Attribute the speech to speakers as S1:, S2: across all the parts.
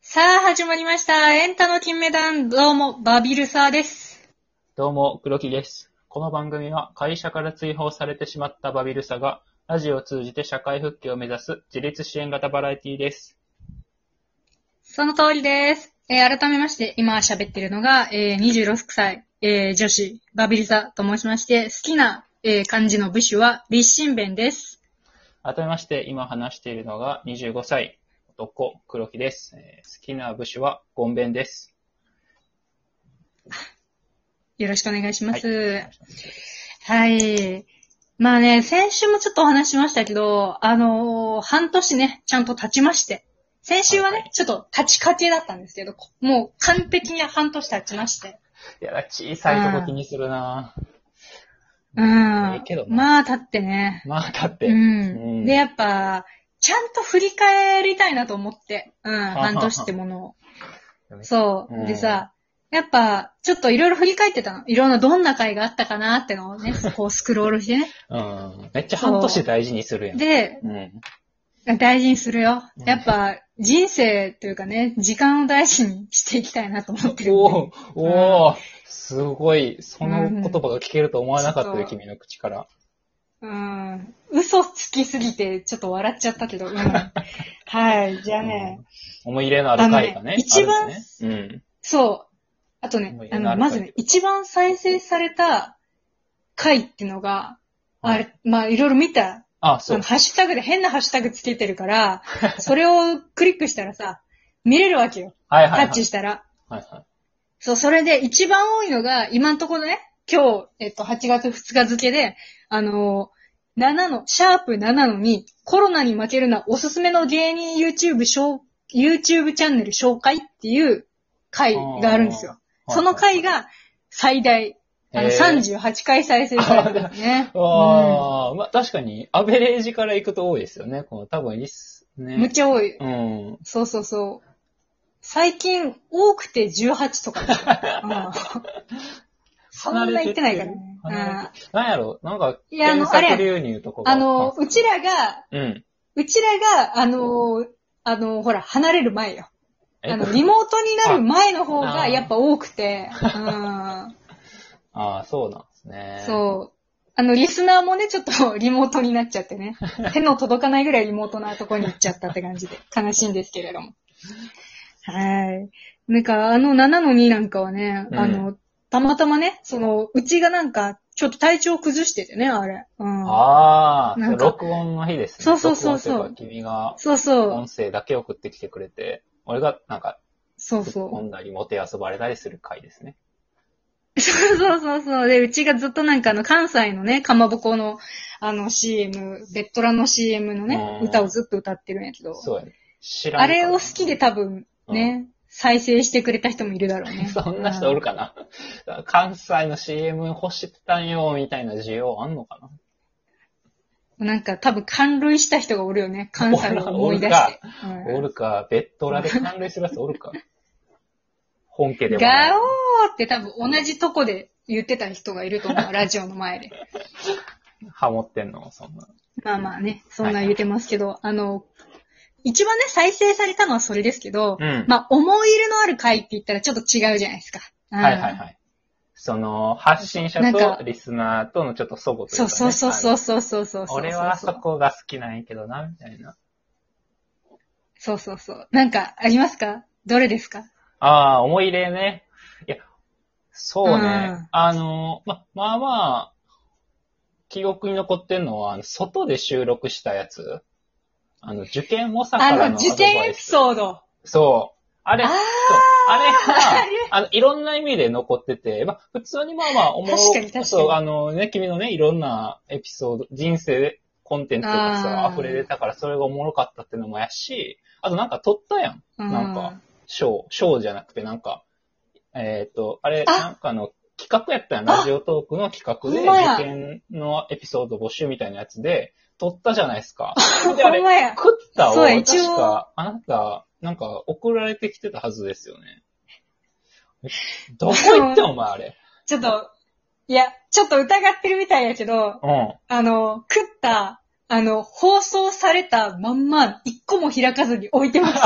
S1: さあ、始まりました。エンタの金メダル、どうも、バビルサーです。
S2: どうも、黒木です。この番組は会社から追放されてしまったバビルサが、ラジオを通じて社会復帰を目指す自立支援型バラエティです。
S1: その通りです。えー改めまして、今喋ってるのが、えー26歳、えー女子、バビルサと申しまして、好きな、えー漢字の部首は、立身弁です。
S2: 改めまして、今話しているのが25歳、男、黒木です。えー好きな武士はゴンベンです。
S1: よろしくお願いします。
S2: は
S1: は
S2: い
S1: い。まあね、先週もちょっとお話ししましたけど、あのー半年ね、ちゃんと経ちまして。先週はね、
S2: はい
S1: ちょっと立ちかけだったんですけど、こもう完璧に半年経ちまして。
S2: いや、小さいとこ気にするなぁ
S1: うん。
S2: いいけどな
S1: まあ経ってね。
S2: まあ、だって、
S1: う。
S2: うんん
S1: で、やっぱ、ちゃんと振り返りたいなと思って。うん、
S2: はは
S1: 半年ってものを。そう。
S2: うん
S1: でさ、やっぱ、ちょっといろいろ振り返ってたの。いろんなどんな回があったかなってのを ね、こうスクロールしてね。
S2: うん、めっちゃ半年大事にするやん。
S1: で、
S2: うん、
S1: 大事にするよ。
S2: うん
S1: やっぱ、人生というかね、時間を大事にしていきたいなと思ってるんで。
S2: おーおーすごい、その言葉が聞けると思わなかったよ、
S1: うん
S2: 君の口から。
S1: うん。嘘つきすぎて、ちょっと笑っちゃったけ ど。うん、はい。じゃあね、
S2: うん思い入れのある回が
S1: あのね
S2: ね。
S1: 一番
S2: あるんですねうん。
S1: そう。あと
S2: もう
S1: ね、あ
S2: やる
S1: の、
S2: ある
S1: まずね、一番再生された回ってのが、あれ、まあ、いろいろ見た。
S2: あ、そ
S1: あ
S2: う
S1: の、。ハッシュタグで変なハッシュタグつけてる から、それをクリックしたらさ、見れるわけよ。
S2: はい
S1: タ
S2: はい、
S1: ッ
S2: はい
S1: チ。したら。
S2: はいはい
S1: そう、それで一番多いのが、今んところね、今日、えっと、8月2日付で、あのー7の、シャープ7のに、コロナに負けるな、おすすめの芸人 YouTube しょう YouTube チャンネル紹介っていう回があるんですよ。その回、が最大、あの、
S2: へー
S1: 38回再生されてるんですね。う
S2: ああ、まあ確かに、アベレージからいくと多いですよね。この多分リス、ね。
S1: んむっちゃ多い。
S2: うん。
S1: そうそうそう。最近、多くて18とか ですよ。うんそんな言ってないからね。
S2: 離れ
S1: うん
S2: てなんやろなんか、
S1: いやあの
S2: 検索流入とかが。
S1: あの、うちらが、
S2: うん。
S1: うちらが、あの、あの、ほら、離れる前よ。
S2: え
S1: あの、リモートになる前の方が
S2: あ
S1: やっぱ多く て、うん。
S2: ああ、そうなんですね。う。
S1: そう。あの、リスナーもね、ちょっと リモートになっちゃって ね。手の届かないぐらいリモートなとこに行っちゃったって感じで、悲しいんですけれども。はい。なんか、あの7の2なんかはね、
S2: うん
S1: あの、たまたまね、その、うちがなんか、ちょっと体調崩しててね、あれ。うん。
S2: あ
S1: なん
S2: あ、
S1: か
S2: 録音の日ですね。
S1: そうそうそうそう
S2: 録音っていか君が
S1: そうそう。
S2: 音声だけ送ってきてくれて、俺がなんか、
S1: そう
S2: 突
S1: そ
S2: っ
S1: う
S2: 込。んだり、もてあそばれたりする回ですね。
S1: そうそうそうそう。で、うちがずっとなんかあの、関西のね、かまぼこの、あの CM、ベッドラの CM のね、
S2: うん
S1: 歌をずっと歌ってるんやけど、
S2: そうやね。知らん
S1: あ
S2: から
S1: れを好きで多分ね、再生してくれた人もいるだろうね。
S2: そんな人おるかな 関西の CM 欲してたんよ、みたいな需要あんのかな
S1: うんなんか多分感類した人がおるよね、関西を思い出して。うん
S2: おるか、ベッドラで関連するやつおる か。本家でもない。
S1: ガオーって多分同じとこで言ってた人がいると思う、ラジオの前で。
S2: ハモってんの、そんな。
S1: まあまあね、そんな言ってますけど、あの、一番ね、再生されたのはそれですけど、
S2: うん。
S1: まあ、思い入れのある回って言ったらちょっと違うじゃないですか。うん
S2: はいはいはい。その、発信者
S1: なんか
S2: とリスナーとのちょっと相互というか、
S1: そう
S2: ね。。
S1: そうそうそううそうそうそうそう。
S2: 俺はそこが好きなんやけどな、みたいな。
S1: そうそうそう。なんか、ありますかどれですか
S2: ああ、思い入れね。いや、そうね。
S1: うん
S2: あの、ま、まあまあ、記憶に残ってんのは、あの外で収録したやつ。あの、受験模索か
S1: あ
S2: らのア
S1: の、
S2: ドバイス。
S1: 受験エピソード。
S2: そう。あれ、
S1: あー
S2: そうあれ
S1: あ
S2: が、あの、いろんな意味で残ってて、まあ、普通にまあまあ、おもろ
S1: 確かに確かに
S2: そう、あのね、君のね、いろんなエピソード、人生で、コンテンツが
S1: あ
S2: さ、
S1: ー
S2: 溢れ出たから、それがおもろかったってのもやし、あとなんか撮ったやん。
S1: うん
S2: なんか賞、賞じゃなくてなんか、えっ、と、あれ、
S1: あ
S2: なんかの企画やったやん。ラジオトークの企画
S1: ほんまや
S2: で、受験のエピソード募集みたいなやつで、撮ったじゃないですか。で、
S1: ほ
S2: あ
S1: ん
S2: れ、
S1: まや。
S2: 食ったを、
S1: そうや一応
S2: 確か、あなた、なんか送られてきてたはずですよ ね。えどこ行ったお前あれ。
S1: ちょっと、いや、ちょっと疑ってるみたいやけど、
S2: うん。
S1: あの、食った、あの、放送されたまんま、一個も開かずに置いて ます。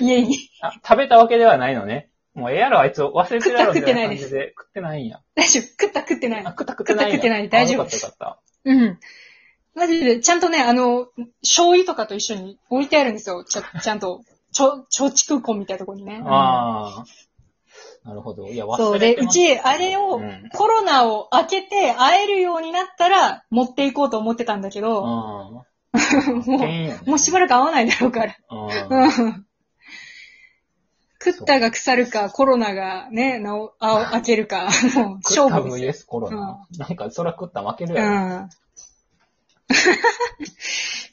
S1: 家に。
S2: あ食べたわけではないのね。もうええやろ、あいつ忘れてるやろ、みたいな感
S1: 食
S2: じで。食ってないんや。
S1: 大丈夫。食った食ってな
S2: あ、
S1: い。
S2: 食った食ってないんや。
S1: 食った食ってない大丈夫
S2: あよかったよかっ
S1: うん。マジで、ちゃんとね、あの、醤油とかと一緒に置いてあるんですよ。ちゃ、ちゃんと、ちょ、貯蓄庫みたいなところにね。
S2: た。ああ。なるほど。いや、忘
S1: そう。
S2: れ
S1: で、
S2: て
S1: う
S2: ます
S1: ち、あれを、
S2: うん
S1: コロナを明けて会えるようになったら、持っていこうと思ってたんだけど、
S2: も
S1: もうもうしばらく会わないだろうから。
S2: うん
S1: う。ん。食ったが腐るか、コロナがね、なお、あお、開ける か、もう、勝
S2: 食った
S1: 負です。
S2: VS コロナ。なんか、そら食ったら負ける
S1: う
S2: やろ。
S1: ん。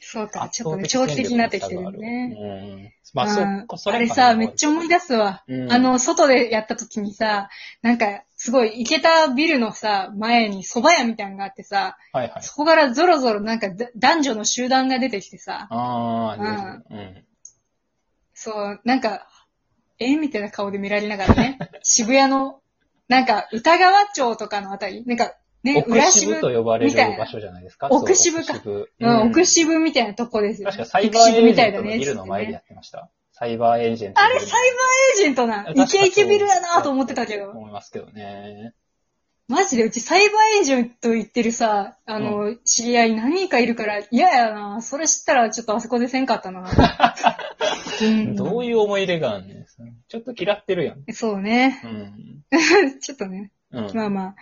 S1: そうか、ち
S2: 圧
S1: ょっと
S2: 倒
S1: ね、長
S2: 的
S1: 期的になってきて
S2: 権
S1: る
S2: 力の差が
S1: ね。
S2: ある。うん。まあ、そっか、そ
S1: あ
S2: か
S1: れさ、めっちゃ思い出すわ。
S2: うん
S1: あの、外でやった時にさ、なんか、すごい、行けたビルのさ、前に蕎麦屋みたいなのがあってさ、
S2: はいはい。
S1: そこからゾロゾロなんかだ男女の集団が出てきてさ、
S2: ああ、うん。
S1: そう、なんか、えみたいな顔で見られながら ね、渋谷の、なんか、歌川町とかのあたり、なんか、ね、
S2: 奥
S1: 裏
S2: 渋
S1: 渋、
S2: と呼ばれ
S1: みたい
S2: る
S1: な
S2: 場所じゃないですか。
S1: 奥渋か
S2: そう奥渋
S1: うん、奥
S2: 渋。
S1: 渋みたいなとこですよ、
S2: 確かサイバーエ
S1: 奥渋
S2: ー
S1: み
S2: ジ
S1: たい
S2: ェン
S1: だ
S2: トの
S1: ね
S2: ビルの前でやってました。サイバーエージェント。
S1: あれ、サイバーエージェントなん。イケイケビルやなと思ってたけど。
S2: 思いますけどね。
S1: マジで、うちサイバーエージェント言ってるさ、あの、知り合い何人かいるから嫌やなそれ知ったらちょっとあそこでせんかったなうん
S2: どういう思い出があるんですかちょっと嫌ってるやん。
S1: そうね。
S2: うん。
S1: ちょっとね。
S2: うん。
S1: まあまあ。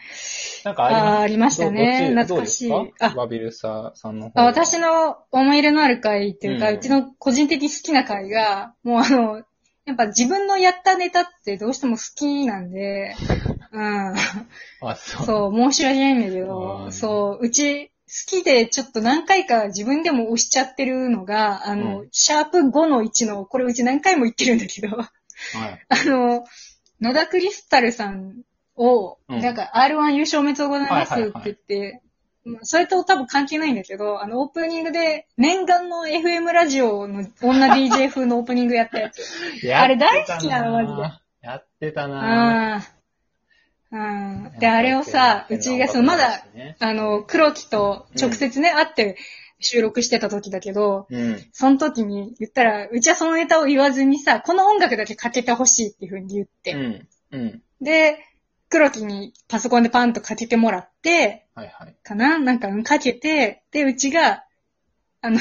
S2: なんか
S1: あー
S2: あ
S1: あ
S2: り
S1: り
S2: ま
S1: ま
S2: し
S1: したたね懐かしい
S2: どうですか
S1: あ
S2: バビルサさんの方
S1: あ私の思い入れのある回っていうか、
S2: う
S1: うんちの個人的好きな回が、もうあの、やっぱ自分のやったネタってどうしても好きなんで、 うん、
S2: あ、そう。
S1: そう、申し訳ないんだけ
S2: う
S1: ど、
S2: ん
S1: そう、うち好きでちょっと何回か自分でも押しちゃってるのが、あの、
S2: うん
S1: シャープ5の1の、これうち何回も言ってるんだけど、あ
S2: はい。
S1: の、野田クリスタルさんを、
S2: うん
S1: なんか R1 優勝おめでとうございますって言って、まあそれと多分関係ないんだけど、あの、オープニングで、念願の FM ラジオの女 DJ 風のオープニングやったやつ。あれ大好きなのマジで
S2: で。やってたな
S1: ああ。うん。
S2: ぁ
S1: で、あれをさ、うちがその、まだ、、あの、黒木と直接ね、会って収録してた時だけど、
S2: うん。
S1: その時に言ったら、うちはそのネタを言わずにさ、この音楽だけかけてほしいっていう風に言っ
S2: う
S1: て。
S2: ん。うん。
S1: で、黒木にパソコンでパンとかけてもらって、
S2: はいはい。
S1: かななんか、うんかけて、で、うちが、あの、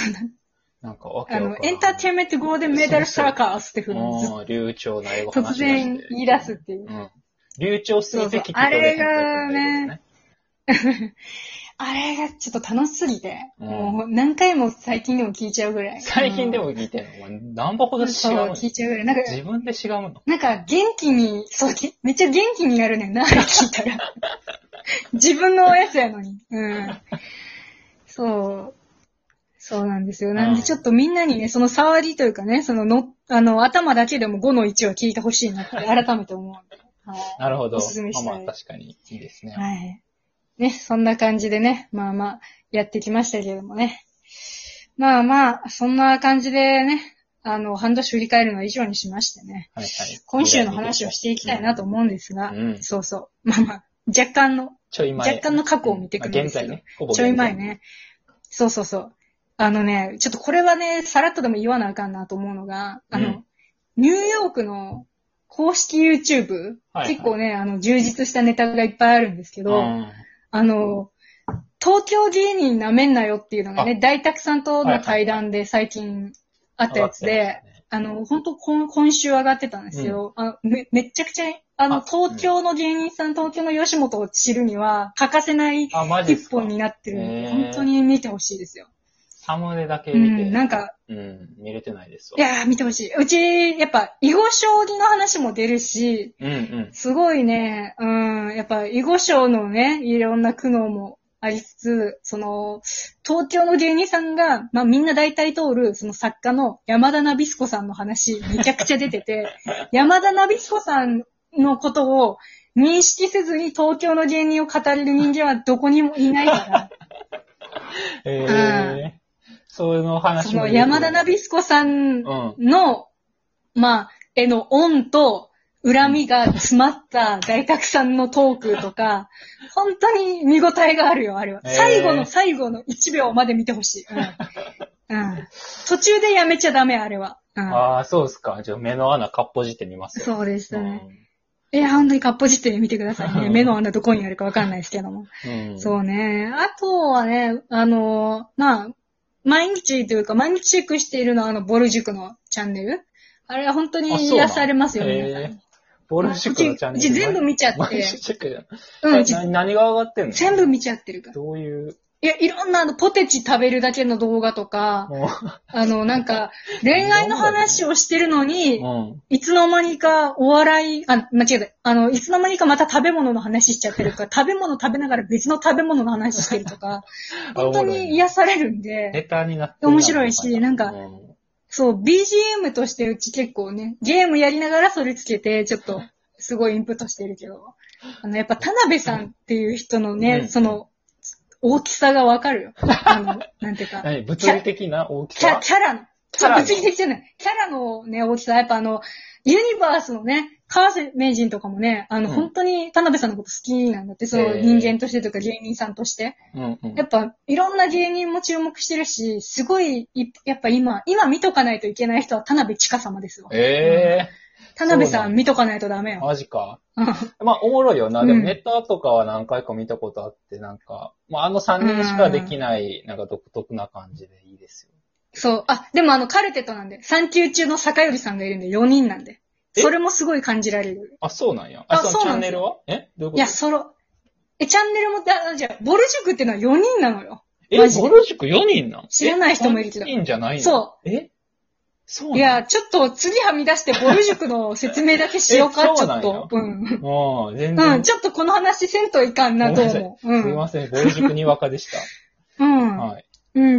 S2: なんかわけ
S1: あ
S2: わからん
S1: の、エンターテインメントゴールデンメダルサーカースって風にずっ
S2: もう、流暢な英語
S1: と
S2: 話
S1: 突
S2: し出して
S1: 然言い出すっていう。
S2: うん。流暢すぎて聞き取れへんかったんだ
S1: あれがちょっと楽しすぎて、
S2: うん
S1: もう何回も最近でも聞いちゃうぐら
S2: け
S1: い。
S2: どね最近で
S1: も
S2: も聞いてんのお前、何ぼほど違う
S1: そう、
S2: の
S1: 聞いちゃうぐらい。 なんか、
S2: 自分で違うの
S1: なんか元気に、そう、きめっちゃ元気になるねんな、あれ 聞いたら。自分のおやつやのに。うん。そう。そうなんですよ。なん
S2: うん
S1: でちょっとみんなにね、その触りというかね、そのの、あの、頭だけでも5の1は聞いてほしいなって改めて思う。はい。
S2: なるほど。
S1: おすすめしたい
S2: まあまあ確かにいいですね。
S1: はい。ね、そんな感じでね、まあまあ、やってきましたけどもね。まあまあ、そんな感じでね、あの、半年振り返るのは以上にしましてね、
S2: はいはい。
S1: 今週の話をしていきたいなと思うんですが、
S2: うん
S1: そうそう。まあまあ、若干の、
S2: ちょい前。
S1: 若干の過去を見ていくん
S2: まあ
S1: で
S2: 現
S1: すけ
S2: 在
S1: ど
S2: ね。ほぼ現
S1: ちょ
S2: 在
S1: い前。ね。そうそうそう。あのね、ちょっとこれはね、さらっとでも言わなあかんなと思うのが、あの、
S2: うん
S1: ニューヨークの公式 YouTube、
S2: はいはい
S1: 結構ね、あの、充実したネタがいっぱいあるんですけ
S2: う
S1: ど、
S2: ん
S1: あの、東京芸人舐めんなよっていうのがね、大沢さんとの対談で最近あったやつ
S2: 上がっ
S1: で
S2: て、ますね
S1: あの、本当今今週上がってたんですよ。あめめちゃくちゃ、あの、
S2: あ
S1: 東京の芸人さん、東京の吉本を知るには欠かせない
S2: あ、マジっす
S1: 一
S2: か
S1: 本になってるん
S2: へ
S1: で、
S2: ー
S1: 本当に見てほしいですよ。
S2: サムネだけ
S1: う
S2: 見て。
S1: ん、なんか、
S2: うん、見れてないですわ。
S1: いやー見てほしい。うち、やっぱ、囲碁将棋の話も出るし、
S2: うんうん。
S1: すごいね、うん、やっぱ、囲碁賞のね、いろんな苦悩もありつつ、その、東京の芸人さんが、まあみんな大体通る、その作家の山田ナビスコさんの話、めちゃくちゃ出て て、山田ナビスコさんのことを認識せずに東京の芸人を語れる人間はどこにもいないから、
S2: え
S1: う
S2: えー。そういうの話も
S1: その山田ナビスコさん
S2: うん。
S1: の、まあ、絵のオンと、恨みが詰まった大沢さんのトークと か、本当に見応えがあるよ、あれは。
S2: えー
S1: 最後の最後の1秒まで見てほしい。うん。うん途中でやめちゃダメ、あれは。うん。
S2: ああ、そうですか。じゃあ目の穴かっぽじってみますよ。
S1: そうです
S2: う
S1: ね。
S2: ん
S1: いや、本当にかっぽじって見てくださ いね。
S2: うん
S1: 目の穴どこにあるかわかんないですけども。
S2: うん。
S1: そうね。あとはね、あのーまあ、毎日というか、毎日チェックしているのは、あの、ボル塾のチャンネル。あれは本当に
S2: あそうなん
S1: 癒されますよ、
S2: へ
S1: 皆
S2: ー
S1: さん。
S2: ボルシックのチャンネル。
S1: うちうち全部見ちゃって
S2: 毎日チェックじゃん。
S1: うん、う
S2: え
S1: ち
S2: な何が上がってんの
S1: 全部見ちゃってるから。
S2: どういう、
S1: いや、いろんなあの、ポテチ食べるだけの動画とか、
S2: も
S1: あの、なんか、恋愛の話をしてるのに、
S2: う、うん。
S1: いつの間にかお笑い、あ、間違えた。あの、いつの間にかまた食べ物の話しちゃってると か、食べ物食べながら別の食べ物の話してるとか、本当に癒されるんで。
S2: ネタになって
S1: 面白いしなんか
S2: うん
S1: そう、BGM としてうち結構ね、ゲームやりながらそれつけて、ちょっと、すごいインプットしてるけど、あの、やっぱ田辺さんっていう人の
S2: うん
S1: ね、その、大きさがわかるよ。あの、なんていうか、
S2: 何物理的な大き
S1: キャ
S2: さ
S1: キャラの、
S2: キャラの
S1: 物理的じゃない。キャラのね、大きさ、やっぱあの、ユニバースのね、川瀬名人とかもね、あの、
S2: うん
S1: 本当に田辺さんのこと好きなんだって、そ
S2: へ
S1: の
S2: ー
S1: 人間としてとか芸人さんとして。
S2: うんうん
S1: やっぱ、いろんな芸人も注目してるし、すごい、いやっぱ今、今見とかないといけない人は田辺近様ですわ。
S2: え
S1: 田辺さ
S2: そうなん
S1: 見とかないとダメ
S2: え、
S1: よ。
S2: マジか。
S1: うん
S2: まあ、おもろいよな。でも
S1: うん
S2: ネタとかは何回か見たことあって、なんか、まあ、あの3人しかできない、なんか独特な感じでいいですよ。
S1: そう。あ、でもあの、カルテットなんで、産休中の坂寄さんがいるんで4人なんで。
S2: え
S1: それもすごい感じられる。
S2: あ、そうなんや。
S1: あ
S2: あ、その
S1: そう
S2: チ
S1: な
S2: ャ
S1: ん
S2: ン
S1: です
S2: ネルはえどういうこと
S1: いや、そろ、え、チャンネルも、だじゃあボル塾ってのは4人なのよ。
S2: え、
S1: マジで
S2: ぼる塾4人なん
S1: 知らない人もいるけど
S2: 4人じゃないの。
S1: そう
S2: えそうなん
S1: いや、ちょっと次はみ出してボル塾の説明だけしようか、
S2: え
S1: ち
S2: そう
S1: ょ
S2: な
S1: っ
S2: んや
S1: と。うん。
S2: もう、全然。
S1: うん、ちょっとこの話せんといかんなと思う。う
S2: すい
S1: ん。
S2: ません、ぼる塾にわかでした。
S1: うん。
S2: はい。
S1: うん。